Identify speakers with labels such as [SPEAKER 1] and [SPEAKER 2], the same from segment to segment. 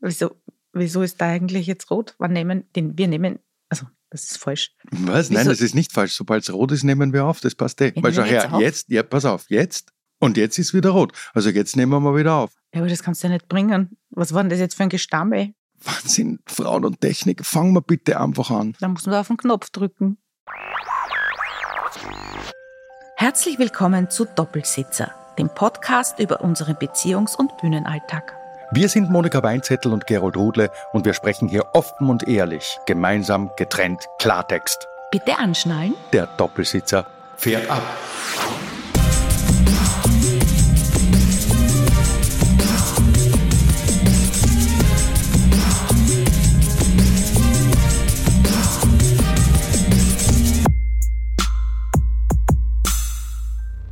[SPEAKER 1] Wieso, wieso ist da eigentlich jetzt rot? Wann nehmen den? Wir nehmen, also das ist falsch.
[SPEAKER 2] Was? Nein,
[SPEAKER 1] Wieso-
[SPEAKER 2] das ist nicht falsch. Sobald es rot ist, nehmen wir auf. Das passt eh.
[SPEAKER 1] Wir
[SPEAKER 2] Weil schau
[SPEAKER 1] nehmen jetzt
[SPEAKER 2] her,
[SPEAKER 1] auf.
[SPEAKER 2] jetzt, ja, pass auf, jetzt und jetzt ist wieder rot. Also jetzt nehmen wir mal wieder auf.
[SPEAKER 1] Ja, aber das kannst du ja nicht bringen. Was war denn das jetzt für ein Gestammel?
[SPEAKER 2] Wahnsinn, Frauen und Technik, fangen wir bitte einfach an.
[SPEAKER 1] Da muss man auf den Knopf drücken.
[SPEAKER 3] Herzlich willkommen zu Doppelsitzer, dem Podcast über unseren Beziehungs- und Bühnenalltag.
[SPEAKER 2] Wir sind Monika Weinzettel und Gerold Rudle und wir sprechen hier offen und ehrlich, gemeinsam, getrennt, Klartext.
[SPEAKER 3] Bitte anschnallen.
[SPEAKER 2] Der Doppelsitzer fährt ab.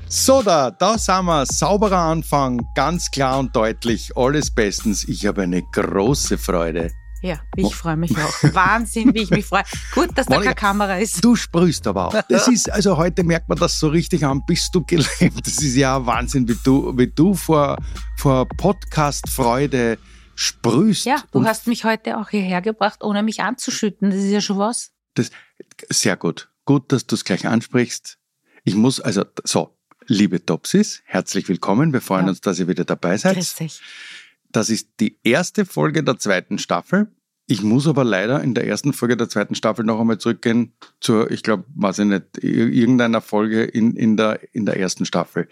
[SPEAKER 2] So, da, da sind wir. Sauberer Anfang, ganz klar und deutlich. Alles bestens. Ich habe eine große Freude.
[SPEAKER 1] Ja, ich freue mich auch. Wahnsinn, wie ich mich freue. Gut, dass da
[SPEAKER 2] Monika.
[SPEAKER 1] keine Kamera ist.
[SPEAKER 2] Du sprühst aber auch. Das ist, also heute merkt man das so richtig an, bist du gelähmt. Das ist ja Wahnsinn, wie du, wie du vor, vor Podcast-Freude sprühst.
[SPEAKER 1] Ja, du
[SPEAKER 2] Und
[SPEAKER 1] hast mich heute auch hierher gebracht, ohne mich anzuschütten. Das ist ja schon was.
[SPEAKER 2] Sehr gut. Gut, dass du es gleich ansprichst. Ich muss, also, so, liebe Topsis, herzlich willkommen. Wir freuen
[SPEAKER 1] Ja.
[SPEAKER 2] uns, dass ihr wieder dabei seid.
[SPEAKER 1] Grüß dich.
[SPEAKER 2] Das ist die erste Folge der zweiten Staffel. Ich muss aber leider in der ersten Folge der zweiten Staffel noch einmal zurückgehen zur, ich glaube, weiß ich nicht, ir- irgendeiner Folge in, in, der, in der ersten Staffel.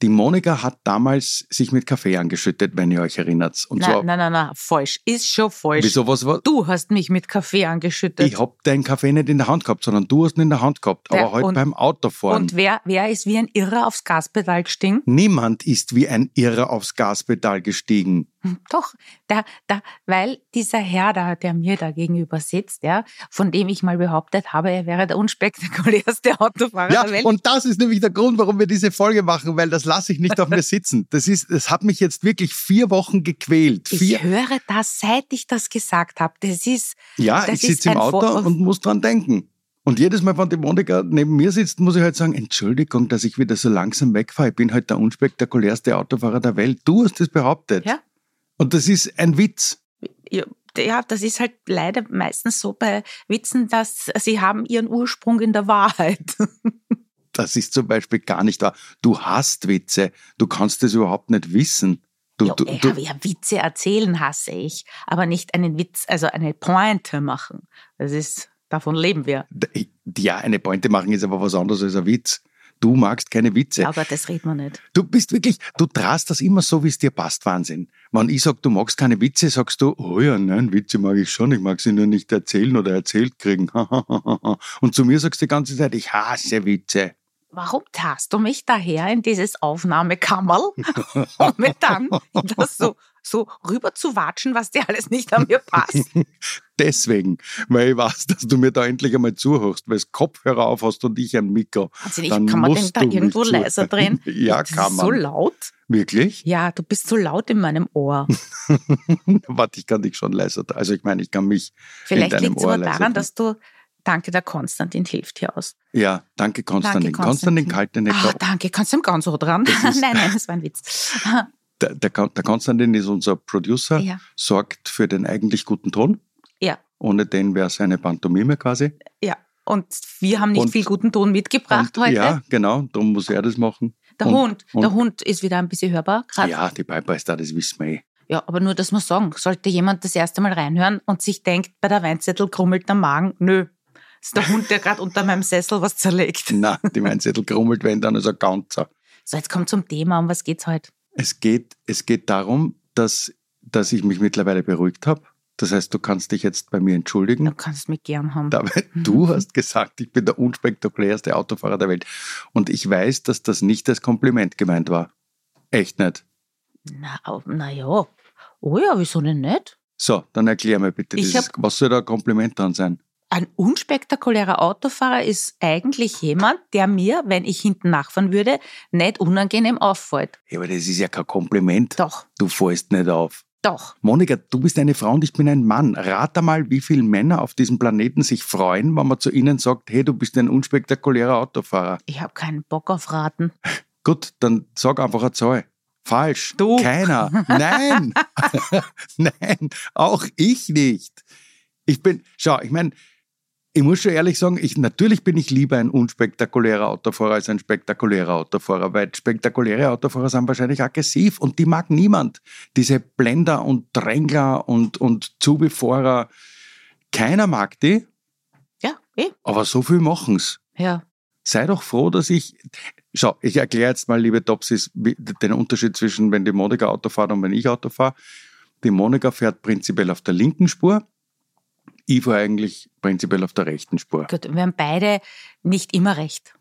[SPEAKER 2] Die Monika hat damals sich mit Kaffee angeschüttet, wenn ihr euch erinnert. Und
[SPEAKER 1] Nein,
[SPEAKER 2] zwar,
[SPEAKER 1] nein, nein, nein, falsch. Ist schon falsch.
[SPEAKER 2] wieso was war?
[SPEAKER 1] Du hast mich mit Kaffee angeschüttet.
[SPEAKER 2] Ich habe deinen Kaffee nicht in der Hand gehabt, sondern du hast ihn in der Hand gehabt.
[SPEAKER 1] Der-
[SPEAKER 2] Aber heute
[SPEAKER 1] und-
[SPEAKER 2] beim Autofahren.
[SPEAKER 1] Und wer, wer ist wie ein Irrer aufs Gaspedal gestiegen?
[SPEAKER 2] Niemand ist wie ein Irrer aufs Gaspedal gestiegen.
[SPEAKER 1] Doch, da, da, weil dieser Herr da, der mir da gegenüber sitzt, ja, von dem ich mal behauptet habe, er wäre der unspektakulärste Autofahrer
[SPEAKER 2] Ja,
[SPEAKER 1] der Welt.
[SPEAKER 2] und das ist nämlich der Grund, warum wir diese Folge machen, weil das lasse ich nicht auf mir sitzen. Das ist, das hat mich jetzt wirklich vier Wochen gequält. Vier,
[SPEAKER 1] ich höre das, seit ich das gesagt habe. Das ist,
[SPEAKER 2] ja,
[SPEAKER 1] das
[SPEAKER 2] ich sitze
[SPEAKER 1] ist
[SPEAKER 2] im
[SPEAKER 1] ein
[SPEAKER 2] Auto
[SPEAKER 1] Vorwurf.
[SPEAKER 2] und muss dran denken. Und jedes Mal, wenn die Monika neben mir sitzt, muss ich halt sagen, Entschuldigung, dass ich wieder so langsam wegfahre. Ich bin halt der unspektakulärste Autofahrer der Welt. Du hast es behauptet.
[SPEAKER 1] Ja.
[SPEAKER 2] Und das ist ein Witz.
[SPEAKER 1] ja, ja, das ist halt leider meistens so bei Witzen, dass sie haben ihren Ursprung in der Wahrheit.
[SPEAKER 2] Das ist zum Beispiel gar nicht wahr. Du hast Witze. Du kannst es überhaupt nicht wissen. Du,
[SPEAKER 1] ja,
[SPEAKER 2] du,
[SPEAKER 1] ja,
[SPEAKER 2] du,
[SPEAKER 1] ja, Witze erzählen hasse ich, aber nicht einen Witz, also eine Pointe machen. Das ist, davon leben wir.
[SPEAKER 2] D- Ja, eine Pointe machen ist aber was anderes als ein Witz. Du magst keine Witze.
[SPEAKER 1] Aber das redet man nicht.
[SPEAKER 2] Du bist wirklich, du trast das immer so, wie es dir passt, Wahnsinn. Wenn ich sag, du magst keine Witze, sagst du, oh ja, nein, Witze mag ich schon, ich mag sie nur nicht erzählen oder erzählt kriegen. Und zu mir sagst du die ganze Zeit, ich hasse Witze.
[SPEAKER 1] Warum tast du mich daher in dieses Aufnahmekammerl, um mir dann das so, so rüber zu watschen, was dir alles nicht an mir passt?
[SPEAKER 2] Deswegen, weil ich weiß, dass du mir da endlich einmal zuhörst, weil es Kopfhörer auf hast und ich ein Mikro.
[SPEAKER 1] Also ich,
[SPEAKER 2] Dann
[SPEAKER 1] kann man den
[SPEAKER 2] musst
[SPEAKER 1] da
[SPEAKER 2] du mich
[SPEAKER 1] irgendwo leiser
[SPEAKER 2] zuhören.
[SPEAKER 1] drehen?
[SPEAKER 2] Ja,
[SPEAKER 1] das
[SPEAKER 2] kann
[SPEAKER 1] ist
[SPEAKER 2] man.
[SPEAKER 1] so laut.
[SPEAKER 2] Wirklich?
[SPEAKER 1] Ja, du bist so laut in meinem Ohr.
[SPEAKER 2] Warte, ich kann dich schon leiser. Also ich meine, ich kann mich.
[SPEAKER 1] Vielleicht
[SPEAKER 2] deinem
[SPEAKER 1] liegt es aber
[SPEAKER 2] Ohr leiser
[SPEAKER 1] daran,
[SPEAKER 2] drehen.
[SPEAKER 1] dass du, danke, der Konstantin hilft hier aus.
[SPEAKER 2] Ja, danke Konstantin.
[SPEAKER 1] Konstantin.
[SPEAKER 2] Konstantin Kaltenecker,
[SPEAKER 1] Ah, danke, kannst du ihm ganz so dran?
[SPEAKER 2] Das ist-
[SPEAKER 1] nein, nein, das war ein Witz.
[SPEAKER 2] der, der, Kon- der Konstantin ist unser Producer,
[SPEAKER 1] Ja.
[SPEAKER 2] sorgt für den eigentlich guten Ton.
[SPEAKER 1] Ja.
[SPEAKER 2] Ohne den wäre es eine Pantomime quasi.
[SPEAKER 1] Ja, und wir haben nicht
[SPEAKER 2] Und-
[SPEAKER 1] viel guten Ton mitgebracht
[SPEAKER 2] Und-
[SPEAKER 1] heute.
[SPEAKER 2] Ja, genau, darum muss er das machen.
[SPEAKER 1] der
[SPEAKER 2] und-
[SPEAKER 1] Hund, der
[SPEAKER 2] und-
[SPEAKER 1] Hund ist wieder ein bisschen hörbar gerade.
[SPEAKER 2] Ja, die Piper ist da, das wissen wir eh.
[SPEAKER 1] Ja, aber nur, dass wir sagen, sollte jemand das erste Mal reinhören und sich denkt, bei der Weinzettel krummelt der Magen, nö. Ist der Hund, der gerade unter meinem Sessel was zerlegt.
[SPEAKER 2] Nein, die Weinzettel krummelt, wenn dann, also ein ganzer.
[SPEAKER 1] So, jetzt kommt zum Thema, um was geht's heute?
[SPEAKER 2] Es geht, es geht darum, dass, dass ich mich mittlerweile beruhigt habe. Das heißt, du kannst dich jetzt bei mir entschuldigen.
[SPEAKER 1] Du kannst mich gern haben.
[SPEAKER 2] Dabei, du hast gesagt, ich bin der unspektakulärste Autofahrer der Welt. Und ich weiß, dass das nicht als Kompliment gemeint war. Echt nicht.
[SPEAKER 1] Na, au- na ja. Oh ja, wieso denn nicht?
[SPEAKER 2] So, dann erklär mir bitte,
[SPEAKER 1] Ich
[SPEAKER 2] dieses, was soll da ein Kompliment dran sein?
[SPEAKER 1] Ein unspektakulärer Autofahrer ist eigentlich jemand, der mir, wenn ich hinten nachfahren würde, nicht unangenehm auffällt.
[SPEAKER 2] Ja, aber das ist ja kein Kompliment.
[SPEAKER 1] Doch,
[SPEAKER 2] Du fällst nicht auf.
[SPEAKER 1] doch.
[SPEAKER 2] Monika, du bist eine Frau und ich bin ein Mann. Rate mal, wie viele Männer auf diesem Planeten sich freuen, wenn man zu ihnen sagt, hey, du bist ein unspektakulärer Autofahrer.
[SPEAKER 1] Ich habe keinen Bock auf Raten.
[SPEAKER 2] Gut, dann sag einfach eine Zahl. Falsch.
[SPEAKER 1] Du.
[SPEAKER 2] Keiner. Nein. Nein, auch ich nicht. Ich bin, schau, ich meine, ich muss schon ehrlich sagen, ich, natürlich bin ich lieber ein unspektakulärer Autofahrer als ein spektakulärer Autofahrer, weil spektakuläre Autofahrer sind wahrscheinlich aggressiv und die mag niemand. Diese Blender und Drängler und, und Zubefahrer, keiner mag die,
[SPEAKER 1] Ja, eh.
[SPEAKER 2] aber so viel machen's
[SPEAKER 1] Ja.
[SPEAKER 2] sei doch froh, dass ich. Schau, ich erkläre jetzt mal, liebe Topsis, wie- den Unterschied zwischen, wenn die Monika Auto fährt und wenn ich Auto fahre. Die Monika fährt prinzipiell auf der linken Spur. Ich fahre eigentlich prinzipiell auf der rechten Spur.
[SPEAKER 1] Gut, wir haben beide nicht immer recht.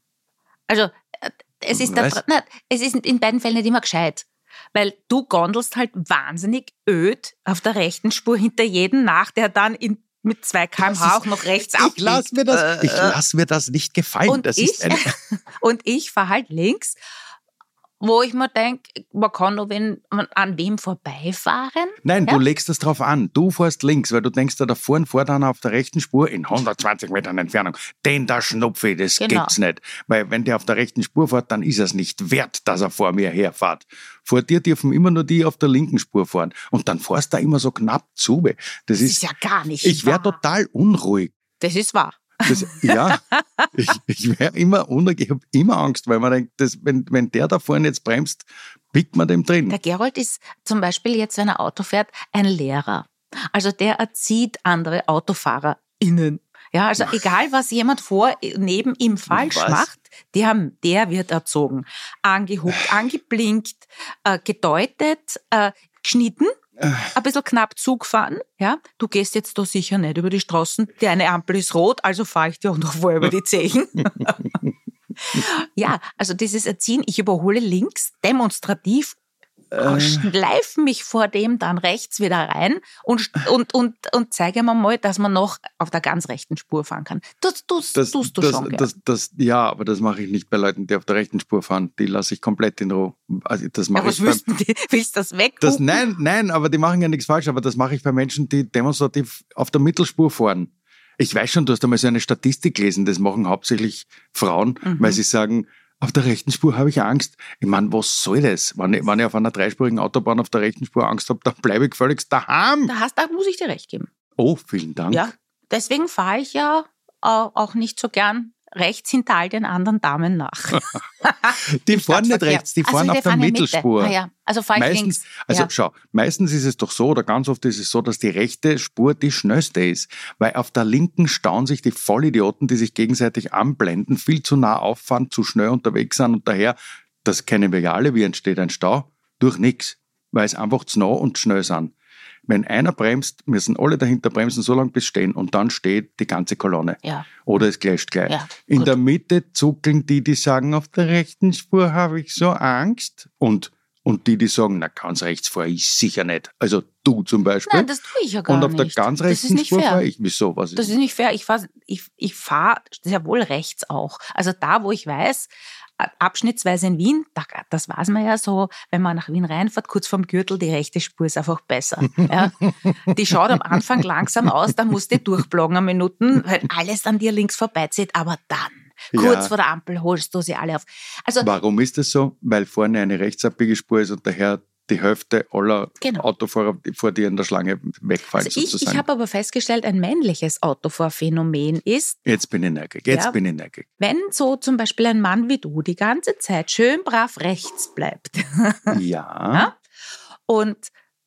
[SPEAKER 1] Also, äh, es ist, da,
[SPEAKER 2] Was?
[SPEAKER 1] nein, es ist in beiden Fällen nicht immer gescheit. Weil du gondelst halt wahnsinnig öd auf der rechten Spur hinter jedem nach, der dann in, mit 2 kmh auch noch rechts abbiegt.
[SPEAKER 2] Ich lasse mir, das-
[SPEAKER 1] Äh,
[SPEAKER 2] ich lass mir das nicht gefallen.
[SPEAKER 1] und
[SPEAKER 2] das
[SPEAKER 1] ich?
[SPEAKER 2] ist ein,
[SPEAKER 1] Und ich fahre halt links, wo ich mir denke, man kann nur wenn, man an wem vorbeifahren.
[SPEAKER 2] nein,
[SPEAKER 1] Ja?
[SPEAKER 2] du legst das drauf an. Du fährst links, weil du denkst, da vorne fährt einer auf der rechten Spur in 120 Metern Entfernung. Den da schnupfe, das
[SPEAKER 1] Genau.
[SPEAKER 2] geht's nicht. Weil wenn der auf der rechten Spur fährt, dann ist es nicht wert, dass er vor mir herfährt. Vor dir dürfen immer nur die auf der linken Spur fahren. Und dann fährst du da immer so knapp zu. weh. Das
[SPEAKER 1] Das ist
[SPEAKER 2] ist,
[SPEAKER 1] ja gar nicht
[SPEAKER 2] ich
[SPEAKER 1] wahr.
[SPEAKER 2] wäre total unruhig.
[SPEAKER 1] Das ist wahr.
[SPEAKER 2] Das, ja, ich, ich wäre immer unruhig. Ich habe immer Angst, weil man denkt, das, wenn, wenn der da vorne jetzt bremst, pickt man dem drin.
[SPEAKER 1] Der Gerold ist zum Beispiel jetzt, wenn er Auto fährt, ein Lehrer. Also der erzieht andere AutofahrerInnen. Ja, also egal, was jemand vor, neben ihm falsch
[SPEAKER 2] Was?
[SPEAKER 1] macht, der, der wird erzogen. Angehuckt, angeblinkt, äh, gedeutet, äh, geschnitten, ein bisschen knapp Zug fahren. Ja, du gehst jetzt da sicher nicht über die Straßen, deine Ampel ist rot, also fahre ich dir auch noch vorher über die Zehen. ja, also dieses Erziehen, ich überhole links demonstrativ
[SPEAKER 2] Äh.
[SPEAKER 1] schleife mich vor dem dann rechts wieder rein und, und, und, und zeige mir mal, dass man noch auf der ganz rechten Spur fahren kann. Das, das, tust du
[SPEAKER 2] das,
[SPEAKER 1] schon. gell?
[SPEAKER 2] Das, das, ja, aber das mache ich nicht bei Leuten, die auf der rechten Spur fahren. Die lasse ich komplett in Ruhe. Also das
[SPEAKER 1] ja,
[SPEAKER 2] mache
[SPEAKER 1] was
[SPEAKER 2] ich beim,
[SPEAKER 1] willst du? denn? Willst du das weg?
[SPEAKER 2] das, nein, nein, aber die machen ja nichts falsch, aber das mache ich bei Menschen, die demonstrativ auf der Mittelspur fahren. Ich weiß schon, du hast einmal so eine Statistik gelesen, das machen hauptsächlich Frauen,
[SPEAKER 1] Mhm.
[SPEAKER 2] weil sie sagen, auf der rechten Spur habe ich Angst. Ich meine, was soll das? Wenn ich, wenn ich auf einer dreispurigen Autobahn auf der rechten Spur Angst habe, dann bleibe ich völlig daheim.
[SPEAKER 1] da, hast, da muss ich dir recht geben.
[SPEAKER 2] Oh, vielen Dank.
[SPEAKER 1] Ja, deswegen fahre ich ja äh, auch nicht so gern rechts hinter all den anderen Damen nach.
[SPEAKER 2] die fahren Äh, nicht
[SPEAKER 1] Stadtverkehr.
[SPEAKER 2] rechts, die
[SPEAKER 1] Ach so,
[SPEAKER 2] fahren auf der
[SPEAKER 1] Also, in Mitte.
[SPEAKER 2] Mittelspur.
[SPEAKER 1] Ah, ja. Also fahre ich
[SPEAKER 2] Meistens,
[SPEAKER 1] links.
[SPEAKER 2] also
[SPEAKER 1] ja.
[SPEAKER 2] schau, meistens ist es doch so oder ganz oft ist es so, dass die rechte Spur die schnellste ist, weil auf der linken stauen sich die Vollidioten, die sich gegenseitig anblenden, viel zu nah auffahren, zu schnell unterwegs sind und daher, das kennen wir ja alle, wie entsteht ein Stau? Durch nichts, weil es einfach zu nah und schnell sind. Wenn einer bremst, müssen alle dahinter bremsen, so lange bis stehen und dann steht die ganze Kolonne.
[SPEAKER 1] Ja.
[SPEAKER 2] Oder es clasht gleich.
[SPEAKER 1] Ja,
[SPEAKER 2] In
[SPEAKER 1] gut.
[SPEAKER 2] der Mitte zuckeln die, die sagen, auf der rechten Spur habe ich so Angst. Und, und die, die sagen, na, ganz rechts fahre ich sicher nicht. Also du zum Beispiel.
[SPEAKER 1] Nein, das tue ich ja gar
[SPEAKER 2] und auf
[SPEAKER 1] nicht.
[SPEAKER 2] der ganz
[SPEAKER 1] das ist
[SPEAKER 2] rechten
[SPEAKER 1] nicht
[SPEAKER 2] Spur
[SPEAKER 1] fair.
[SPEAKER 2] fahre ich. Wieso? Was
[SPEAKER 1] Das
[SPEAKER 2] ist?
[SPEAKER 1] ist nicht fair. Ich fahre ich, ich fahr sehr wohl rechts auch. Also da, wo ich weiß, abschnittsweise in Wien, da, das weiß man ja so, wenn man nach Wien reinfährt, kurz vorm Gürtel, die rechte Spur ist einfach besser. Ja. Die schaut am Anfang langsam aus, dann musst du durchbloggen Minuten, weil alles an dir links vorbeizieht, aber dann, kurz
[SPEAKER 2] Ja.
[SPEAKER 1] vor der Ampel, holst du sie alle auf. Also
[SPEAKER 2] Warum ist das so? Weil vorne eine rechtsabbige Spur ist und daher die Hälfte aller
[SPEAKER 1] Genau.
[SPEAKER 2] Autofahrer die vor dir in der Schlange wegfallen
[SPEAKER 1] also ich, ich
[SPEAKER 2] sozusagen.
[SPEAKER 1] habe aber festgestellt, ein männliches Autofahrphänomen ist,
[SPEAKER 2] jetzt bin ich neugierig, jetzt
[SPEAKER 1] Ja.
[SPEAKER 2] bin ich neugierig.
[SPEAKER 1] Wenn so zum Beispiel ein Mann wie du die ganze Zeit schön brav rechts bleibt
[SPEAKER 2] Ja,
[SPEAKER 1] und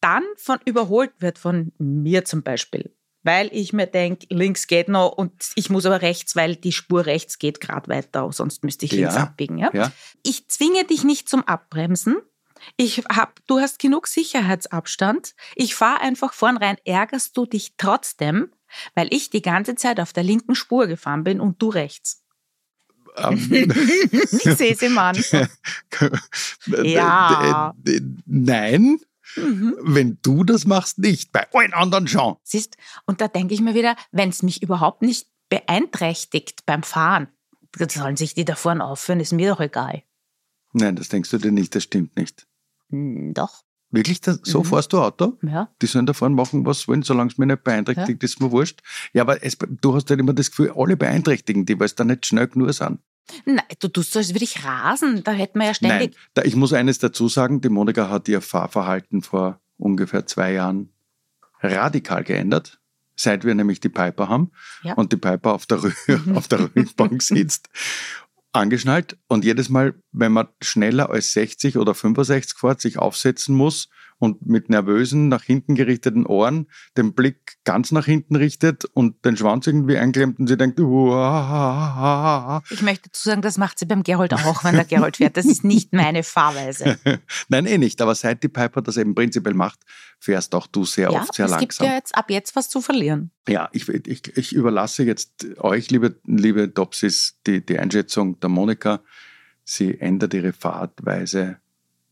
[SPEAKER 1] dann von überholt wird von mir zum Beispiel, weil ich mir denke, links geht noch und ich muss aber rechts, weil die Spur rechts geht gerade weiter, sonst müsste ich links
[SPEAKER 2] Ja.
[SPEAKER 1] abbiegen. Ja?
[SPEAKER 2] ja.
[SPEAKER 1] Ich zwinge dich nicht zum Abbremsen. Ich hab, du hast genug Sicherheitsabstand. Ich fahre einfach vorn rein. Ärgerst du dich trotzdem, weil ich die ganze Zeit auf der linken Spur gefahren bin und du rechts.
[SPEAKER 2] Ähm,
[SPEAKER 1] Ich sehe es im Mann. Ja.
[SPEAKER 2] d- d- d- Nein,
[SPEAKER 1] Mhm.
[SPEAKER 2] wenn du das machst, nicht. Bei allen anderen schon.
[SPEAKER 1] Siehst, und da denke ich mir wieder, wenn es mich überhaupt nicht beeinträchtigt beim Fahren, dann sollen sich die da vorne aufführen, ist mir doch egal.
[SPEAKER 2] Nein, das denkst du dir nicht, das stimmt nicht.
[SPEAKER 1] Hm, doch,
[SPEAKER 2] Wirklich, das, so fährst du Auto?
[SPEAKER 1] ja.
[SPEAKER 2] Die sollen da vorne machen, was wollen, solange es mich nicht beeinträchtigt, ist mir wurscht. Ja, aber es, du hast halt immer das Gefühl, alle beeinträchtigen die, weil es da nicht schnell genug sind.
[SPEAKER 1] Nein, du tust so, als würde ich rasen. Da hätten wir ja ständig.
[SPEAKER 2] Nein, da, ich muss eines dazu sagen, die Monika hat ihr Fahrverhalten vor ungefähr zwei Jahren radikal geändert, seit wir nämlich die Piper haben
[SPEAKER 1] Ja.
[SPEAKER 2] und die Piper auf der, Rü auf der Rückbank sitzt, angeschnallt. Und jedes Mal, wenn man schneller als 60 oder 65 fährt, sich aufsetzen muss und mit nervösen, nach hinten gerichteten Ohren den Blick ganz nach hinten richtet und den Schwanz irgendwie einklemmt und sie denkt, "Uah."
[SPEAKER 1] Ich möchte dazu sagen, das macht sie beim Gerold auch, wenn der Gerold fährt. Das ist nicht meine Fahrweise.
[SPEAKER 2] Nein, eh nicht. Aber seit die Piper das eben prinzipiell macht, fährst auch du sehr
[SPEAKER 1] ja,
[SPEAKER 2] oft sehr
[SPEAKER 1] es gibt
[SPEAKER 2] langsam.
[SPEAKER 1] ja jetzt ab jetzt was zu verlieren.
[SPEAKER 2] Ja, ich, ich, ich überlasse jetzt euch, liebe, liebe Dopsis, die, die Einschätzung der Monika. Sie ändert ihre Fahrtweise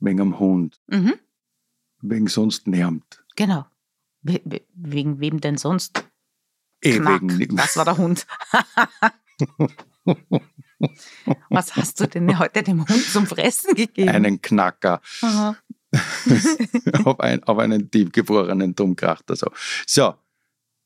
[SPEAKER 2] wegen am Hund,
[SPEAKER 1] Mhm,
[SPEAKER 2] wegen sonst niemand.
[SPEAKER 1] genau. We we wegen wem denn sonst?
[SPEAKER 2] Eh
[SPEAKER 1] Knack,
[SPEAKER 2] wegen niemand.
[SPEAKER 1] das war der Hund. Was hast du denn heute dem Hund zum Fressen gegeben?
[SPEAKER 2] Einen Knacker
[SPEAKER 1] Aha.
[SPEAKER 2] auf, ein, auf einen tiefgefrorenen Dummkrachter. So, so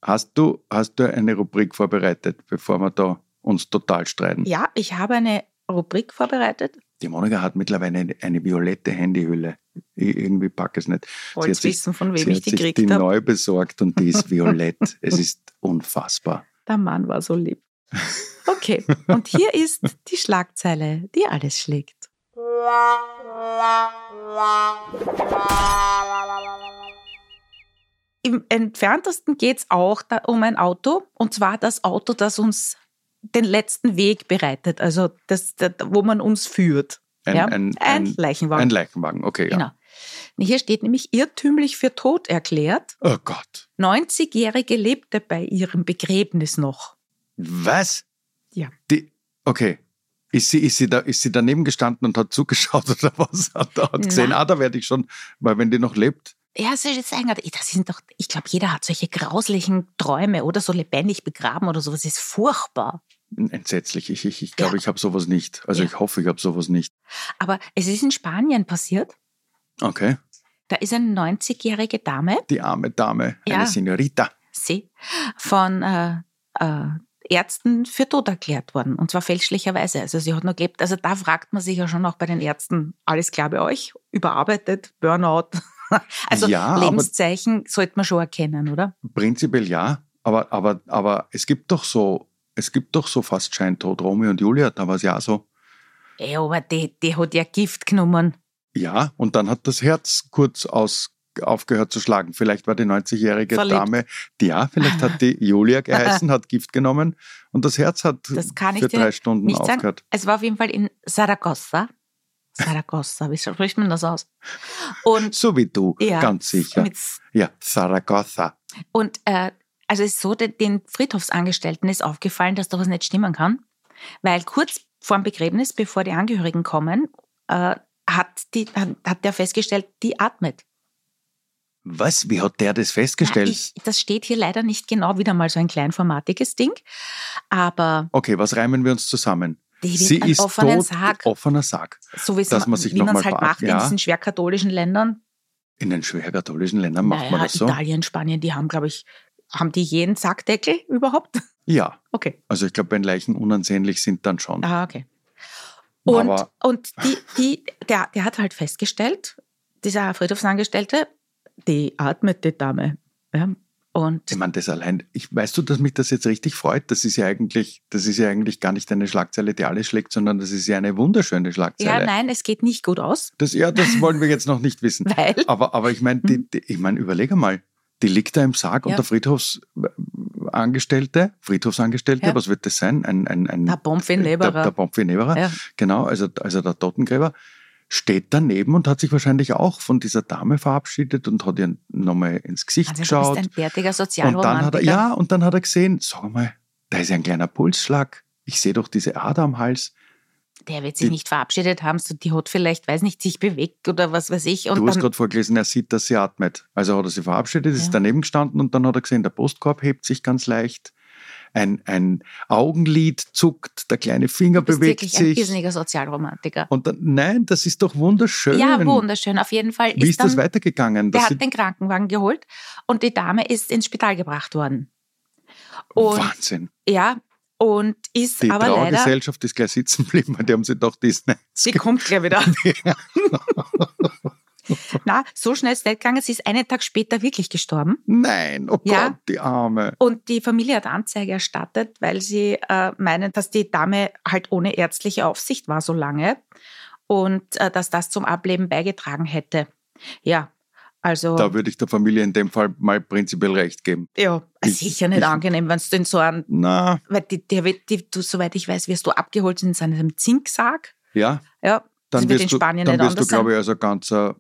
[SPEAKER 2] hast, du, hast du eine Rubrik vorbereitet, bevor wir da uns total streiten?
[SPEAKER 1] Ja, ich habe eine Rubrik vorbereitet.
[SPEAKER 2] Die Monika hat mittlerweile eine, eine violette Handyhülle. Ich irgendwie packe es nicht. Sie hat
[SPEAKER 1] Wollt
[SPEAKER 2] sich-
[SPEAKER 1] wissen, von wem
[SPEAKER 2] Sie
[SPEAKER 1] ich
[SPEAKER 2] hat
[SPEAKER 1] die
[SPEAKER 2] sich die
[SPEAKER 1] gekriegt habe?
[SPEAKER 2] neu besorgt und die ist violett. es ist unfassbar.
[SPEAKER 1] Der Mann war so lieb. Okay, und hier ist die Schlagzeile, die alles schlägt. Im entferntesten geht es auch da um ein Auto, und zwar das Auto, das uns den letzten Weg bereitet, also das, das wo man uns führt.
[SPEAKER 2] Ein,
[SPEAKER 1] ja?
[SPEAKER 2] ein,
[SPEAKER 1] ein
[SPEAKER 2] ein,
[SPEAKER 1] Leichenwagen.
[SPEAKER 2] ein Leichenwagen, okay. Ja.
[SPEAKER 1] Genau. Hier steht nämlich irrtümlich für tot erklärt.
[SPEAKER 2] Oh Gott.
[SPEAKER 1] 90-Jährige lebte bei ihrem Begräbnis noch.
[SPEAKER 2] Was?
[SPEAKER 1] Ja.
[SPEAKER 2] Die, okay. Ist sie, ist, sie da, ist sie daneben gestanden und hat zugeschaut oder was? Hat, hat gesehen,
[SPEAKER 1] Nein.
[SPEAKER 2] ah, da werde ich schon, weil wenn die noch lebt,
[SPEAKER 1] Ja, es ist jetzt eigentlich, das sind doch, ich glaube, jeder hat solche grauslichen Träume oder so lebendig begraben oder sowas. Das ist furchtbar.
[SPEAKER 2] entsetzlich. Ich, ich, ich glaube,
[SPEAKER 1] Ja.
[SPEAKER 2] ich habe sowas nicht. Also
[SPEAKER 1] Ja.
[SPEAKER 2] ich hoffe, ich habe sowas nicht.
[SPEAKER 1] Aber es ist in Spanien passiert.
[SPEAKER 2] Okay.
[SPEAKER 1] Da ist eine 90-jährige Dame,
[SPEAKER 2] Die arme Dame,
[SPEAKER 1] Ja.
[SPEAKER 2] eine Senorita.
[SPEAKER 1] sie, von äh, äh, Ärzten für tot erklärt worden. Und zwar fälschlicherweise. Also sie hat nur gelebt. Also da fragt man sich ja schon auch bei den Ärzten, alles klar bei euch? Überarbeitet, Burnout. Also
[SPEAKER 2] Ja, aber-
[SPEAKER 1] Lebenszeichen sollte man schon erkennen, oder?
[SPEAKER 2] Prinzipiell ja, aber, aber, aber es gibt doch so, es gibt doch so fast Scheintod. Romeo und Julia, da war es ja so.
[SPEAKER 1] Ja, aber die, die hat ja Gift genommen.
[SPEAKER 2] Ja, und dann hat das Herz kurz aus, aufgehört zu schlagen. Vielleicht war die 90-jährige
[SPEAKER 1] Verliebt.
[SPEAKER 2] Dame, die, ja, vielleicht hat die Julia geheißen, hat Gift genommen und das Herz hat
[SPEAKER 1] Das kann ich
[SPEAKER 2] für
[SPEAKER 1] dir
[SPEAKER 2] drei Stunden
[SPEAKER 1] nicht sagen.
[SPEAKER 2] aufgehört.
[SPEAKER 1] Es war auf jeden Fall in Saragossa. Saragossa, wie spricht man das aus? Und
[SPEAKER 2] So wie du,
[SPEAKER 1] ja,
[SPEAKER 2] ganz sicher.
[SPEAKER 1] Mit,
[SPEAKER 2] Ja, Zaragoza.
[SPEAKER 1] und äh, also es ist so, den, den Friedhofsangestellten ist aufgefallen, dass da was nicht stimmen kann, weil kurz vor dem Begräbnis, bevor die Angehörigen kommen, äh, hat, die, hat, hat der festgestellt, die atmet.
[SPEAKER 2] Was? Wie hat der das
[SPEAKER 1] Ja,
[SPEAKER 2] festgestellt?
[SPEAKER 1] ich, das steht hier leider nicht genau, wieder mal so ein kleinformatiges Ding, aber
[SPEAKER 2] okay, was reimen wir uns zusammen?
[SPEAKER 1] die wird
[SPEAKER 2] Sie
[SPEAKER 1] an
[SPEAKER 2] ist
[SPEAKER 1] offenen
[SPEAKER 2] tot,
[SPEAKER 1] Sarg,
[SPEAKER 2] offener Sarg.
[SPEAKER 1] so wie's
[SPEAKER 2] dass
[SPEAKER 1] ma-
[SPEAKER 2] man sich
[SPEAKER 1] wie
[SPEAKER 2] noch
[SPEAKER 1] man es
[SPEAKER 2] mal
[SPEAKER 1] halt
[SPEAKER 2] beacht-
[SPEAKER 1] macht in
[SPEAKER 2] ja.
[SPEAKER 1] diesen schwer katholischen Ländern.
[SPEAKER 2] In den schwer katholischen Ländern macht man das so.
[SPEAKER 1] Italien, Spanien, die haben, glaube ich, haben die jeden Sackdeckel überhaupt?
[SPEAKER 2] Ja.
[SPEAKER 1] Okay.
[SPEAKER 2] Also ich glaube, wenn Leichen unansehnlich sind, dann schon.
[SPEAKER 1] Ah, okay. Und,
[SPEAKER 2] Aber-
[SPEAKER 1] und die, die, der, der hat halt festgestellt, dieser Friedhofsangestellte, die atmet die Dame. Ja. Und
[SPEAKER 2] Ich meine, das allein, ich, weißt du, dass mich das jetzt richtig freut? Das ist ja eigentlich, das ist ja eigentlich gar nicht eine Schlagzeile, die alles schlägt, sondern das ist ja eine wunderschöne Schlagzeile.
[SPEAKER 1] ja, nein, es geht nicht gut aus,
[SPEAKER 2] Das, ja, das wollen wir jetzt noch nicht wissen.
[SPEAKER 1] weil
[SPEAKER 2] Aber, aber ich meine, die, die, ich meine, überlege mal, die liegt da im Sarg
[SPEAKER 1] Mhm. Ja.
[SPEAKER 2] und der Friedhofsangestellte, Friedhofsangestellte,
[SPEAKER 1] Ja.
[SPEAKER 2] was wird das sein? Ein, ein, ein,
[SPEAKER 1] der
[SPEAKER 2] Der, der
[SPEAKER 1] Bombenleberer.
[SPEAKER 2] Bombenleberer.
[SPEAKER 1] Ja.
[SPEAKER 2] Genau, also, also der Totengräber steht daneben und hat sich wahrscheinlich auch von dieser Dame verabschiedet und hat ihr nochmal ins Gesicht
[SPEAKER 1] Also, du
[SPEAKER 2] geschaut.
[SPEAKER 1] bist ein bärtiger
[SPEAKER 2] Und dann hat
[SPEAKER 1] Sozialromantiker.
[SPEAKER 2] er, ja, und dann hat er gesehen, sag mal, da ist ja ein kleiner Pulsschlag. Ich sehe doch diese Ader am Hals.
[SPEAKER 1] Der wird sich
[SPEAKER 2] die-
[SPEAKER 1] nicht verabschiedet haben, so die hat vielleicht, weiß nicht, sich bewegt oder was weiß ich. Und
[SPEAKER 2] du hast
[SPEAKER 1] dann,
[SPEAKER 2] gerade vorgelesen, er sieht, dass sie atmet. Also hat er sie verabschiedet, ist
[SPEAKER 1] Ja.
[SPEAKER 2] daneben gestanden und dann hat er gesehen, der Brustkorb hebt sich ganz leicht. Ein, ein Augenlid zuckt, der kleine Finger
[SPEAKER 1] du bist
[SPEAKER 2] bewegt
[SPEAKER 1] wirklich ein
[SPEAKER 2] sich.
[SPEAKER 1] irrsinniger Sozialromantiker.
[SPEAKER 2] Und dann, nein, das ist doch wunderschön.
[SPEAKER 1] Ja, wunderschön. Auf jeden Fall
[SPEAKER 2] Wie ist
[SPEAKER 1] dann
[SPEAKER 2] das weitergegangen?
[SPEAKER 1] Der
[SPEAKER 2] Dass
[SPEAKER 1] hat
[SPEAKER 2] sie,
[SPEAKER 1] den Krankenwagen geholt und die Dame ist ins Spital gebracht worden. Und
[SPEAKER 2] Wahnsinn.
[SPEAKER 1] ja, Und ist
[SPEAKER 2] Die
[SPEAKER 1] aber leider.
[SPEAKER 2] Trauergesellschaft ist gleich sitzen geblieben, weil die haben sich gedacht, die ist ne-, nicht.
[SPEAKER 1] Sie kommt gleich wieder. Na, so schnell ist es nicht gegangen. Sie ist einen Tag später wirklich gestorben.
[SPEAKER 2] Nein, oh
[SPEAKER 1] Ja.
[SPEAKER 2] Gott, die Arme.
[SPEAKER 1] Und die Familie hat Anzeige erstattet, weil sie äh, meinen, dass die Dame halt ohne ärztliche Aufsicht war so lange und äh, dass das zum Ableben beigetragen hätte. Ja, also,
[SPEAKER 2] Da würde ich der Familie in dem Fall mal prinzipiell recht geben.
[SPEAKER 1] ja,
[SPEAKER 2] ich-
[SPEAKER 1] sicher nicht
[SPEAKER 2] ich-
[SPEAKER 1] angenehm, wenn du in so einen,
[SPEAKER 2] Na,
[SPEAKER 1] weil die, der wird, die, du, soweit ich weiß, wirst du abgeholt in seinem Zinksack.
[SPEAKER 2] ja,
[SPEAKER 1] Ja,
[SPEAKER 2] dann
[SPEAKER 1] das wird
[SPEAKER 2] wirst
[SPEAKER 1] in
[SPEAKER 2] du,
[SPEAKER 1] Spanien
[SPEAKER 2] dann
[SPEAKER 1] nicht
[SPEAKER 2] wirst du,
[SPEAKER 1] anders sein.
[SPEAKER 2] glaube ich, also ganzer.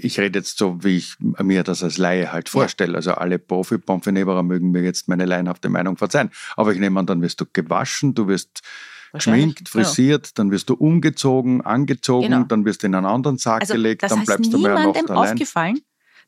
[SPEAKER 2] Ich rede jetzt so, wie ich mir das als Laie halt vorstelle. Also alle profi pomfeneberer mögen mir jetzt meine laienhafte Meinung verzeihen. Aber ich nehme an, dann wirst du gewaschen, du wirst
[SPEAKER 1] Wahrscheinlich,
[SPEAKER 2] geschminkt, frisiert, dann wirst du umgezogen, angezogen,
[SPEAKER 1] Genau.
[SPEAKER 2] dann wirst du in einen anderen Sarg
[SPEAKER 1] Also,
[SPEAKER 2] gelegt,
[SPEAKER 1] das
[SPEAKER 2] dann
[SPEAKER 1] heißt,
[SPEAKER 2] bleibst du mehr noch
[SPEAKER 1] niemandem
[SPEAKER 2] allein.
[SPEAKER 1] aufgefallen,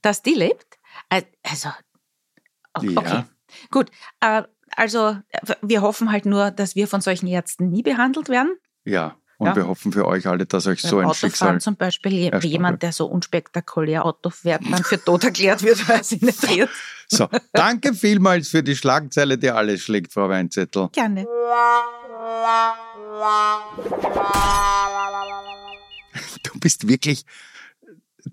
[SPEAKER 1] dass die lebt. Al- Also, o- okay.
[SPEAKER 2] Ja.
[SPEAKER 1] Gut. Äh, Also, äh, wir hoffen halt nur, dass wir von solchen Ärzten nie behandelt werden.
[SPEAKER 2] Ja, und
[SPEAKER 1] Ja.
[SPEAKER 2] wir hoffen für euch alle, dass euch so
[SPEAKER 1] Beim
[SPEAKER 2] ein
[SPEAKER 1] Autofahren
[SPEAKER 2] Schicksal.
[SPEAKER 1] zum Beispiel, je-
[SPEAKER 2] erstattet.
[SPEAKER 1] jemand, der so unspektakulär Auto fährt, dann für tot erklärt wird, weil er sich nicht dreht.
[SPEAKER 2] So, danke vielmals für die Schlagzeile, die alles schlägt, Frau Weinzettel.
[SPEAKER 1] Gerne.
[SPEAKER 2] Du bist wirklich,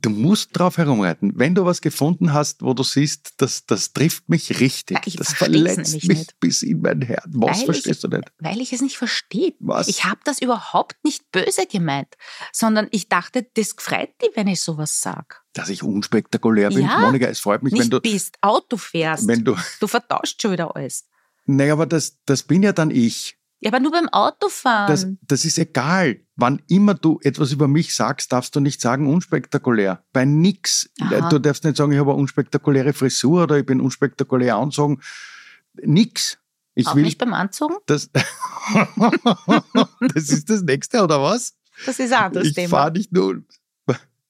[SPEAKER 2] du musst drauf herumreiten. Wenn du was gefunden hast, wo du siehst, das, das trifft mich richtig,
[SPEAKER 1] Ja, ich
[SPEAKER 2] das
[SPEAKER 1] versteh's
[SPEAKER 2] verletzt mich
[SPEAKER 1] nämlich nicht.
[SPEAKER 2] bis in mein Herz. Was
[SPEAKER 1] Weil ich-
[SPEAKER 2] verstehst du nicht?
[SPEAKER 1] Weil ich es nicht verstehe.
[SPEAKER 2] Was?
[SPEAKER 1] Ich habe das überhaupt nicht böse gemeint, sondern ich dachte, das freut die, wenn ich sowas sage.
[SPEAKER 2] Dass ich unspektakulär bin.
[SPEAKER 1] Ja.
[SPEAKER 2] Monika, es freut mich, wenn
[SPEAKER 1] Nicht
[SPEAKER 2] du,
[SPEAKER 1] bist, Auto fährst.
[SPEAKER 2] wenn du,
[SPEAKER 1] Du vertauscht schon wieder alles.
[SPEAKER 2] naja, aber das, das bin ja dann ich.
[SPEAKER 1] Ja, aber nur beim Autofahren.
[SPEAKER 2] Das, das ist egal. Wann immer du etwas über mich sagst, darfst du nicht sagen, unspektakulär. Bei nix. Äh,
[SPEAKER 1] Aha.
[SPEAKER 2] Du darfst nicht sagen, ich habe eine unspektakuläre Frisur oder ich bin unspektakulär anzogen. Nix. Ich
[SPEAKER 1] auch
[SPEAKER 2] will
[SPEAKER 1] nicht beim Anzogen?
[SPEAKER 2] das. das ist das nächste, oder was?
[SPEAKER 1] Das ist ein anderes
[SPEAKER 2] ich
[SPEAKER 1] Thema.
[SPEAKER 2] fahre nicht nur.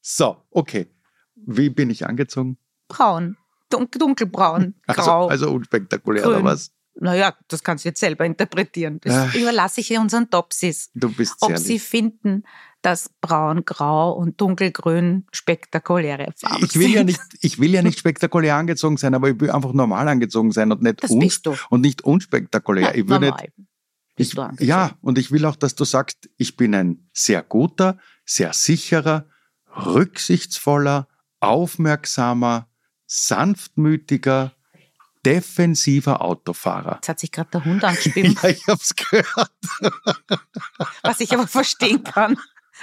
[SPEAKER 2] So, okay. Wie bin ich angezogen?
[SPEAKER 1] Braun. Dun dunkelbraun.
[SPEAKER 2] Also,
[SPEAKER 1] grau.
[SPEAKER 2] also unspektakulär,
[SPEAKER 1] Grün.
[SPEAKER 2] oder was?
[SPEAKER 1] naja, das kannst du jetzt selber interpretieren. Das
[SPEAKER 2] Ach.
[SPEAKER 1] überlasse ich unseren Topsis.
[SPEAKER 2] Du bist
[SPEAKER 1] Ob
[SPEAKER 2] sehr
[SPEAKER 1] sie
[SPEAKER 2] lieb.
[SPEAKER 1] finden, dass braun, grau und dunkelgrün spektakuläre Farben
[SPEAKER 2] Ich will,
[SPEAKER 1] sind.
[SPEAKER 2] ja nicht, ich will ja nicht spektakulär angezogen sein, aber ich will einfach normal angezogen sein und nicht
[SPEAKER 1] Das
[SPEAKER 2] uns
[SPEAKER 1] bist du.
[SPEAKER 2] und nicht unspektakulär. ich will nicht,
[SPEAKER 1] normal. bist
[SPEAKER 2] ich,
[SPEAKER 1] du angezogen.
[SPEAKER 2] ja, und ich will auch, dass du sagst, ich bin ein sehr guter, sehr sicherer, rücksichtsvoller, aufmerksamer, sanftmütiger, defensiver Autofahrer.
[SPEAKER 1] Jetzt hat sich gerade der Hund angespielt,
[SPEAKER 2] Ja, ich hab's gehört.
[SPEAKER 1] was ich aber verstehen kann.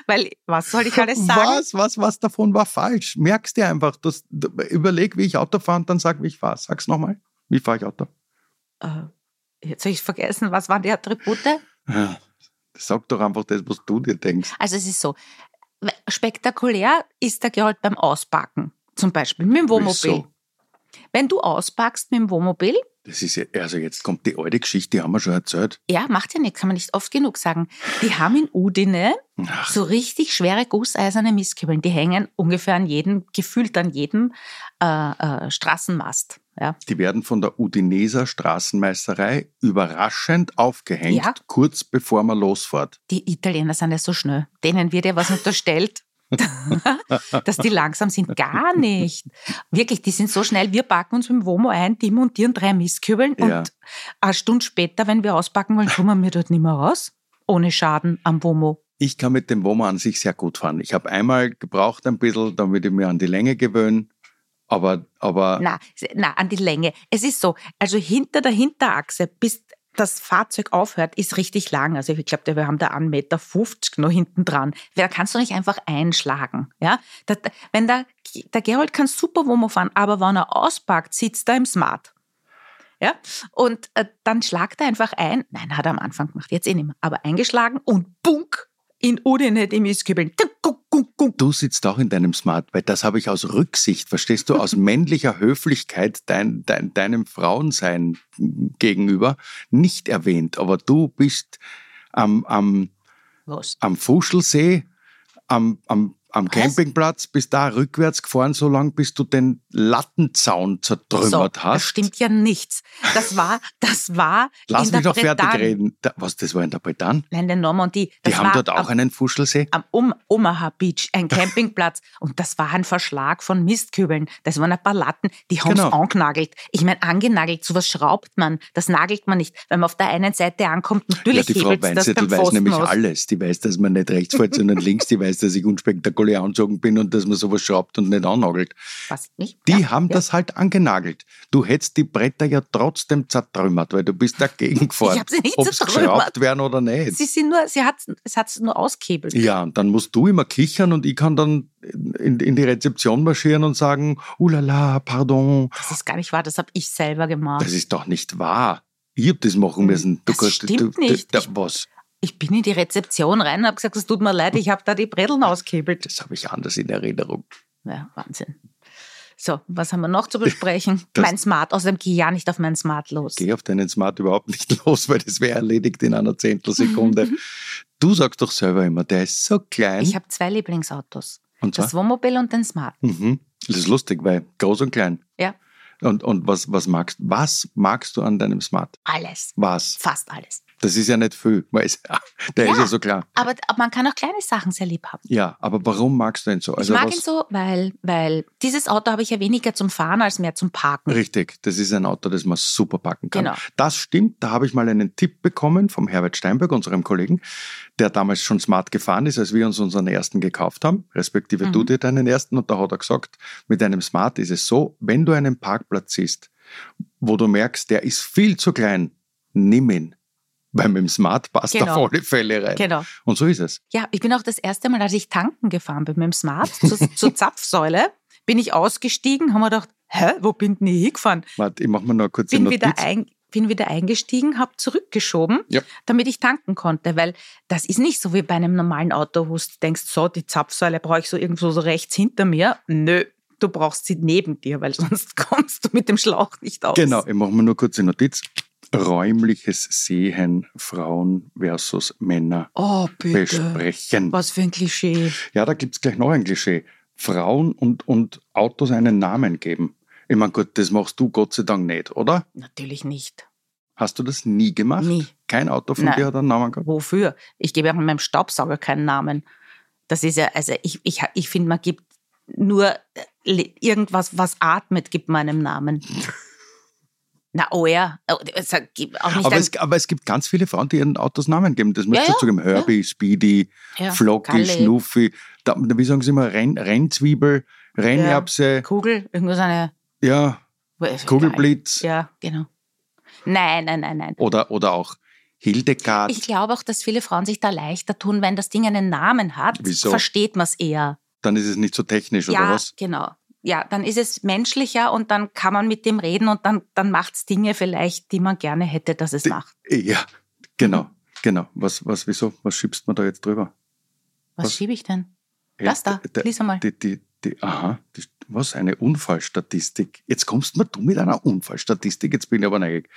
[SPEAKER 1] Weil, was soll ich alles sagen?
[SPEAKER 2] Was, was, was davon war falsch? Merkst dir einfach, dass, überleg, wie ich Auto fahre und dann sag, wie ich fahre. Sag's nochmal. Wie fahre ich Auto?
[SPEAKER 1] Äh, jetzt habe ich vergessen, was waren die Attribute?
[SPEAKER 2] Ja, Sag doch einfach das, was du dir denkst.
[SPEAKER 1] Also es ist so, spektakulär ist der Gehalt beim Auspacken. Zum Beispiel mit dem Wohnmobil.
[SPEAKER 2] Wieso?
[SPEAKER 1] Wenn du auspackst mit dem Wohnmobil,
[SPEAKER 2] Das ist ja, also jetzt kommt die alte Geschichte, die haben wir schon erzählt.
[SPEAKER 1] ja, macht ja nichts, kann man nicht oft genug sagen. Die haben in Udine
[SPEAKER 2] Ach,
[SPEAKER 1] so richtig schwere gusseiserne Mistkübeln. Die hängen ungefähr an jedem, gefühlt an jedem äh, äh, Straßenmast. Ja.
[SPEAKER 2] Die werden von der Udineser Straßenmeisterei überraschend aufgehängt,
[SPEAKER 1] Ja.
[SPEAKER 2] kurz bevor man losfährt.
[SPEAKER 1] Die Italiener sind ja so schnell. Denen wird ja was unterstellt. dass die langsam sind. Gar nicht. Wirklich, die sind so schnell. Wir packen uns mit dem Womo ein, die montieren drei Mistkübeln
[SPEAKER 2] Ja.
[SPEAKER 1] und eine Stunde später, wenn wir auspacken wollen, kommen wir dort nicht mehr raus. Ohne Schaden am Womo.
[SPEAKER 2] Ich kann mit dem Woma an sich sehr gut fahren. Ich habe einmal gebraucht ein bisschen, damit ich mir an die Länge gewöhne. Aber, aber
[SPEAKER 1] Na, na, an die Länge. Es ist so, also hinter der Hinterachse, bis das Fahrzeug aufhört, ist richtig lang. Also ich glaube, wir haben da 1,50 Meter noch hinten dran. Da kannst du nicht einfach einschlagen. Ja? Da, da- wenn der, der Gerold kann super Womo fahren, aber wenn er auspackt, sitzt er im Smart. Ja? Und äh, dann schlagt er einfach ein. Nein, hat er am Anfang gemacht, jetzt eh nicht mehr. Aber eingeschlagen und bunk in Udine, die Mistkübeln. Tunk, gunk, gunk, gunk.
[SPEAKER 2] du sitzt auch in deinem Smart, weil das habe ich aus Rücksicht, verstehst du, aus männlicher Höflichkeit dein, dein, deinem Frauensein gegenüber nicht erwähnt. Aber du bist am, am
[SPEAKER 1] Was?
[SPEAKER 2] am Fuschelsee, am, am, am Campingplatz, bist da rückwärts gefahren, so lange, bis du den Lattenzaun zertrümmert
[SPEAKER 1] so, Das
[SPEAKER 2] hast.
[SPEAKER 1] stimmt ja nichts. Das war, das war
[SPEAKER 2] Lass
[SPEAKER 1] in der
[SPEAKER 2] mich doch fertig
[SPEAKER 1] Bretagne.
[SPEAKER 2] reden. Da, was, das war in der Bretagne?
[SPEAKER 1] Nein, der Normandie.
[SPEAKER 2] Die
[SPEAKER 1] Das
[SPEAKER 2] haben
[SPEAKER 1] war
[SPEAKER 2] dort auch
[SPEAKER 1] am,
[SPEAKER 2] einen Fuschelsee?
[SPEAKER 1] am um Omaha Beach, ein Campingplatz. Und das war ein Verschlag von Mistkübeln. Das waren ein paar Latten, die haben es
[SPEAKER 2] Genau.
[SPEAKER 1] angenagelt. Ich meine, angenagelt, sowas schraubt man. Das nagelt man nicht. Wenn man auf der einen Seite ankommt,
[SPEAKER 2] Ja,
[SPEAKER 1] natürlich
[SPEAKER 2] die Frau
[SPEAKER 1] hebelt's das beim
[SPEAKER 2] Weinzettel weiß nämlich
[SPEAKER 1] Pfosten aus.
[SPEAKER 2] alles. Die weiß, dass man nicht rechts fällt, sondern links. Die weiß, dass ich unspektakulär anzogen bin und dass man sowas schraubt und nicht annagelt.
[SPEAKER 1] Passt nicht.
[SPEAKER 2] Die
[SPEAKER 1] ja,
[SPEAKER 2] haben
[SPEAKER 1] ja.
[SPEAKER 2] das halt angenagelt. Du hättest die Bretter ja trotzdem zertrümmert, weil du bist dagegen gefahren.
[SPEAKER 1] Ich hab sie nicht
[SPEAKER 2] Ob's
[SPEAKER 1] zertrümmert.
[SPEAKER 2] geschraubt werden oder nicht.
[SPEAKER 1] Sie sind nur, sie hat es hat's nur auskebelt.
[SPEAKER 2] Ja, und dann musst du immer kichern und ich kann dann in, in die Rezeption marschieren und sagen, ulala, pardon,
[SPEAKER 1] Das ist gar nicht wahr, das habe ich selber gemacht.
[SPEAKER 2] das ist doch nicht wahr. Ich hab das machen müssen.
[SPEAKER 1] Hm, Das stimmt nicht.
[SPEAKER 2] Da,
[SPEAKER 1] Ich-
[SPEAKER 2] was?
[SPEAKER 1] Ich bin in die Rezeption rein und habe gesagt, es tut mir leid, ich habe da die Bredeln ausgehebelt.
[SPEAKER 2] Das habe ich anders in Erinnerung.
[SPEAKER 1] Ja, Wahnsinn. So, was haben wir noch zu besprechen?
[SPEAKER 2] Das-
[SPEAKER 1] mein Smart, außerdem gehe ich ja nicht auf mein Smart los.
[SPEAKER 2] Geh auf deinen Smart überhaupt nicht los, weil das wäre erledigt in einer Zehntelsekunde. du sagst doch selber immer, der ist so klein.
[SPEAKER 1] Ich habe zwei Lieblingsautos.
[SPEAKER 2] und zwar,
[SPEAKER 1] Das Wohnmobil und den Smart.
[SPEAKER 2] mhm, das ist lustig, weil groß und klein.
[SPEAKER 1] Ja,
[SPEAKER 2] Und, und was, was magst was magst du an deinem Smart?
[SPEAKER 1] alles.
[SPEAKER 2] Was?
[SPEAKER 1] Fast alles.
[SPEAKER 2] Das ist ja nicht viel, weil es, der ist
[SPEAKER 1] Ja.
[SPEAKER 2] ja so klar.
[SPEAKER 1] Aber, aber man kann auch kleine Sachen sehr lieb haben.
[SPEAKER 2] Ja, aber warum magst du ihn so? Also
[SPEAKER 1] ich mag
[SPEAKER 2] was,
[SPEAKER 1] ihn so, weil, weil dieses Auto habe ich ja weniger zum Fahren als mehr zum Parken.
[SPEAKER 2] Richtig, das ist ein Auto, das man super packen kann.
[SPEAKER 1] Genau.
[SPEAKER 2] Das stimmt, da habe ich mal einen Tipp bekommen vom Herbert Steinberg, unserem Kollegen, der damals schon smart gefahren ist, als wir uns unseren ersten gekauft haben, respektive
[SPEAKER 1] Mhm.
[SPEAKER 2] du dir deinen ersten. Und da hat er gesagt, mit einem Smart ist es so, wenn du einen Parkplatz siehst, wo du merkst, der ist viel zu klein, nimm ihn. Weil mit dem Smart passt
[SPEAKER 1] Genau.
[SPEAKER 2] auf alle Fälle rein.
[SPEAKER 1] Genau.
[SPEAKER 2] Und so ist es.
[SPEAKER 1] Ja, ich bin auch das erste Mal, als ich tanken gefahren bin mit dem Smart zur, zur Zapfsäule, bin ich ausgestiegen, haben wir gedacht, hä, wo bin denn ich hingefahren?
[SPEAKER 2] Warte, ich mache mir noch kurz
[SPEAKER 1] Bin
[SPEAKER 2] eine
[SPEAKER 1] wieder,
[SPEAKER 2] Notiz.
[SPEAKER 1] ein, bin wieder eingestiegen, habe zurückgeschoben,
[SPEAKER 2] Ja.
[SPEAKER 1] damit ich tanken konnte, weil das ist nicht so wie bei einem normalen Auto, wo du denkst, so, die Zapfsäule brauche ich so irgendwo so rechts hinter mir. Nö, du brauchst sie neben dir, weil sonst kommst du mit dem Schlauch nicht aus.
[SPEAKER 2] Genau, ich mache mir nur kurze Notiz. Räumliches Sehen Frauen versus Männer
[SPEAKER 1] Oh, bitte.
[SPEAKER 2] besprechen.
[SPEAKER 1] Was für ein Klischee.
[SPEAKER 2] Ja, da gibt's gleich noch ein Klischee. Frauen und, und Autos einen Namen geben. Ich meine, gut, das machst du Gott sei Dank nicht, oder?
[SPEAKER 1] Natürlich nicht.
[SPEAKER 2] Hast du das nie gemacht?
[SPEAKER 1] Nie.
[SPEAKER 2] Kein Auto von
[SPEAKER 1] Nein.
[SPEAKER 2] dir hat einen Namen gehabt?
[SPEAKER 1] Wofür? Ich gebe auch meinem Staubsauger keinen Namen. Das ist ja, also ich, ich, ich finde, man gibt nur le- irgendwas, was atmet, gibt meinem Namen. Na, oh ja. Oh, es hat- gibt Auch nicht
[SPEAKER 2] Aber
[SPEAKER 1] ein-
[SPEAKER 2] es, aber es gibt ganz viele Frauen, die ihren Autos Namen geben. Das musst
[SPEAKER 1] ja,
[SPEAKER 2] du zugeben. Herbie, Speedy,
[SPEAKER 1] ja,
[SPEAKER 2] Flocky,
[SPEAKER 1] Galle,
[SPEAKER 2] Schnuffi. Da, wie sagen sie immer? Renn, Rennzwiebel, Rennerbse,
[SPEAKER 1] Kugel, irgendwas eine. äh,
[SPEAKER 2] ja, Kugelblitz.
[SPEAKER 1] Ja, genau. Nein, nein, nein, nein.
[SPEAKER 2] Oder, oder auch Hildegard.
[SPEAKER 1] Ich glaube auch, dass viele Frauen sich da leichter tun, wenn das Ding einen Namen hat,
[SPEAKER 2] Wieso?
[SPEAKER 1] versteht man es eher.
[SPEAKER 2] dann ist es nicht so technisch,
[SPEAKER 1] ja,
[SPEAKER 2] oder was?
[SPEAKER 1] genau. Ja, dann ist es menschlicher und dann kann man mit dem reden und dann, dann macht es Dinge vielleicht, die man gerne hätte, dass es macht.
[SPEAKER 2] Ja,
[SPEAKER 1] Mhm.
[SPEAKER 2] genau, genau. Was, was, wieso? Was schiebst man da jetzt drüber?
[SPEAKER 1] Was,
[SPEAKER 2] was-
[SPEAKER 1] schiebe ich denn?
[SPEAKER 2] Ja,
[SPEAKER 1] das da,
[SPEAKER 2] d- d-
[SPEAKER 1] lies einmal.
[SPEAKER 2] Die, die, die, aha, die, was? Eine Unfallstatistik. Jetzt kommst mir du mit einer Unfallstatistik, jetzt bin ich aber neugierig.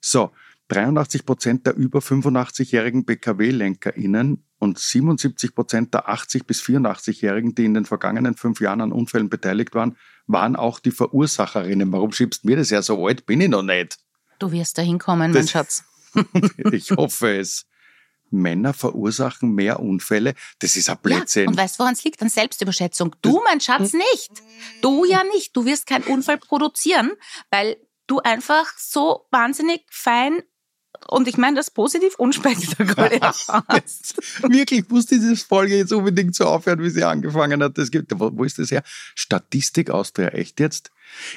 [SPEAKER 2] So, 83 Prozent der über 85-jährigen BKW-LenkerInnen und 77 Prozent der 80- bis 84-Jährigen, die in den vergangenen fünf Jahren an Unfällen beteiligt waren, waren auch die Verursacherinnen. Warum schiebst du mir das ja so alt? Bin ich noch nicht.
[SPEAKER 1] Du wirst da hinkommen, mein
[SPEAKER 2] Das-
[SPEAKER 1] Schatz.
[SPEAKER 2] Ich hoffe es. Männer verursachen mehr Unfälle. Das ist ein
[SPEAKER 1] Ja,
[SPEAKER 2] Blödsinn. Hm.
[SPEAKER 1] und weißt du, woran es liegt? An Selbstüberschätzung. Du, mein Schatz, nicht. Du ja nicht. Du wirst keinen Unfall produzieren, weil du einfach so wahnsinnig fein und ich meine das positiv unspektakulär warst.
[SPEAKER 2] Wirklich muss diese Folge jetzt unbedingt so aufhören, wie sie angefangen hat. Das gibt, wo, wo ist das her? Statistik Austria, echt jetzt?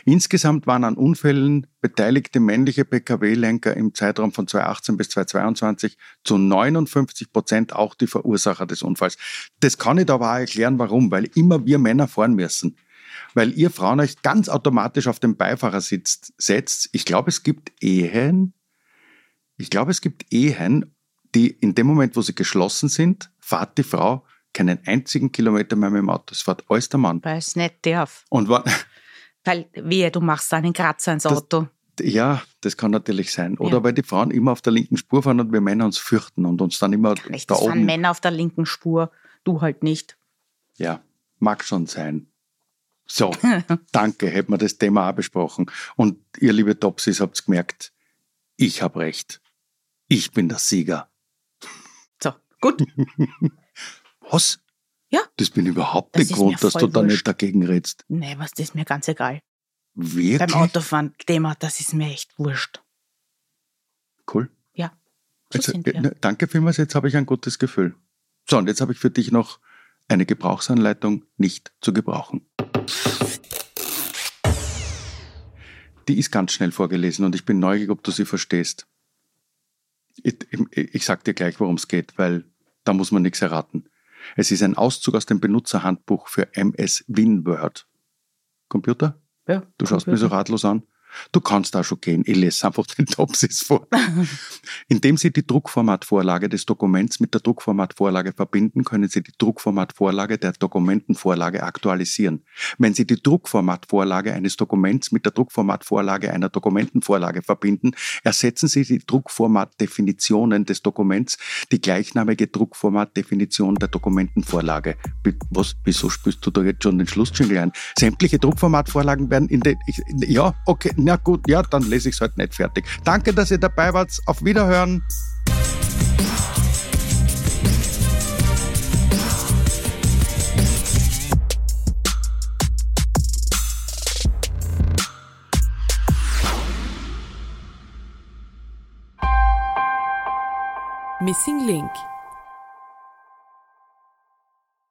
[SPEAKER 2] Insgesamt waren an Unfällen beteiligte männliche Pkw-Lenker im Zeitraum von 2018 bis 2022 zu 59 Prozent auch die Verursacher des Unfalls. Das kann ich aber auch erklären, warum, weil immer wir Männer fahren müssen. Weil ihr Frauen euch ganz automatisch auf den Beifahrersitz setzt. Ich glaube, es gibt Ehen, ich glaube, es gibt Ehen, die in dem Moment, wo sie geschlossen sind, fährt die Frau keinen einzigen Kilometer mehr mit dem Auto. Es fährt alles der Mann.
[SPEAKER 1] Weil es nicht darf.
[SPEAKER 2] Und wa-
[SPEAKER 1] Weil, wehe, du machst einen Kratzer ins
[SPEAKER 2] Das-
[SPEAKER 1] Auto.
[SPEAKER 2] ja, das kann natürlich sein. Oder
[SPEAKER 1] Ja.
[SPEAKER 2] weil die Frauen immer auf der linken Spur fahren und wir Männer uns fürchten und uns dann immer
[SPEAKER 1] Nicht,
[SPEAKER 2] da
[SPEAKER 1] das waren
[SPEAKER 2] oben.
[SPEAKER 1] Männer auf der linken Spur, du halt nicht.
[SPEAKER 2] Ja, Mag schon sein. So, danke, hätten wir das Thema auch besprochen. Und ihr liebe Topsis habt gemerkt, ich habe recht. Ich bin der Sieger.
[SPEAKER 1] So, gut.
[SPEAKER 2] Hm. Was?
[SPEAKER 1] Ja.
[SPEAKER 2] Das bin überhaupt
[SPEAKER 1] Das
[SPEAKER 2] nicht
[SPEAKER 1] ist
[SPEAKER 2] gewohnt,
[SPEAKER 1] mir
[SPEAKER 2] dass du
[SPEAKER 1] voll
[SPEAKER 2] da
[SPEAKER 1] wurscht.
[SPEAKER 2] nicht dagegen redst.
[SPEAKER 1] Nee, was, das ist mir ganz egal. Beim
[SPEAKER 2] Wirklich?
[SPEAKER 1] Autofahren, Thema, das ist mir echt wurscht.
[SPEAKER 2] Cool.
[SPEAKER 1] Ja, so
[SPEAKER 2] Also,
[SPEAKER 1] sind
[SPEAKER 2] äh,
[SPEAKER 1] wir.
[SPEAKER 2] ne, danke vielmals, jetzt habe ich ein gutes Gefühl. So, und jetzt habe ich für dich noch eine Gebrauchsanleitung nicht zu gebrauchen. Die ist ganz schnell vorgelesen und ich bin neugierig, ob du sie verstehst. Ich, ich, ich sag dir gleich, worum es geht, weil da muss man nichts erraten. Es ist ein Auszug aus dem Benutzerhandbuch für MS WinWord. Computer?
[SPEAKER 1] Ja,
[SPEAKER 2] Du schaust mich so ratlos an. Du kannst auch schon gehen. Ich lese einfach den Topsis vor. Indem Sie die Druckformatvorlage des Dokuments mit der Druckformatvorlage verbinden, können Sie die Druckformatvorlage der Dokumentenvorlage aktualisieren. Wenn Sie die Druckformatvorlage eines Dokuments mit der Druckformatvorlage einer Dokumentenvorlage verbinden, ersetzen Sie die Druckformatdefinitionen des Dokuments, die gleichnamige Druckformatdefinition der Dokumentenvorlage. Bi- Was, wieso spürst du da jetzt schon den Schlussjingle ein? Sämtliche Druckformatvorlagen werden in den... Ich, ja, okay, na gut, ja, dann lese ich es heute nicht fertig. Danke, dass ihr dabei wart. Auf Wiederhören.
[SPEAKER 4] Missing Link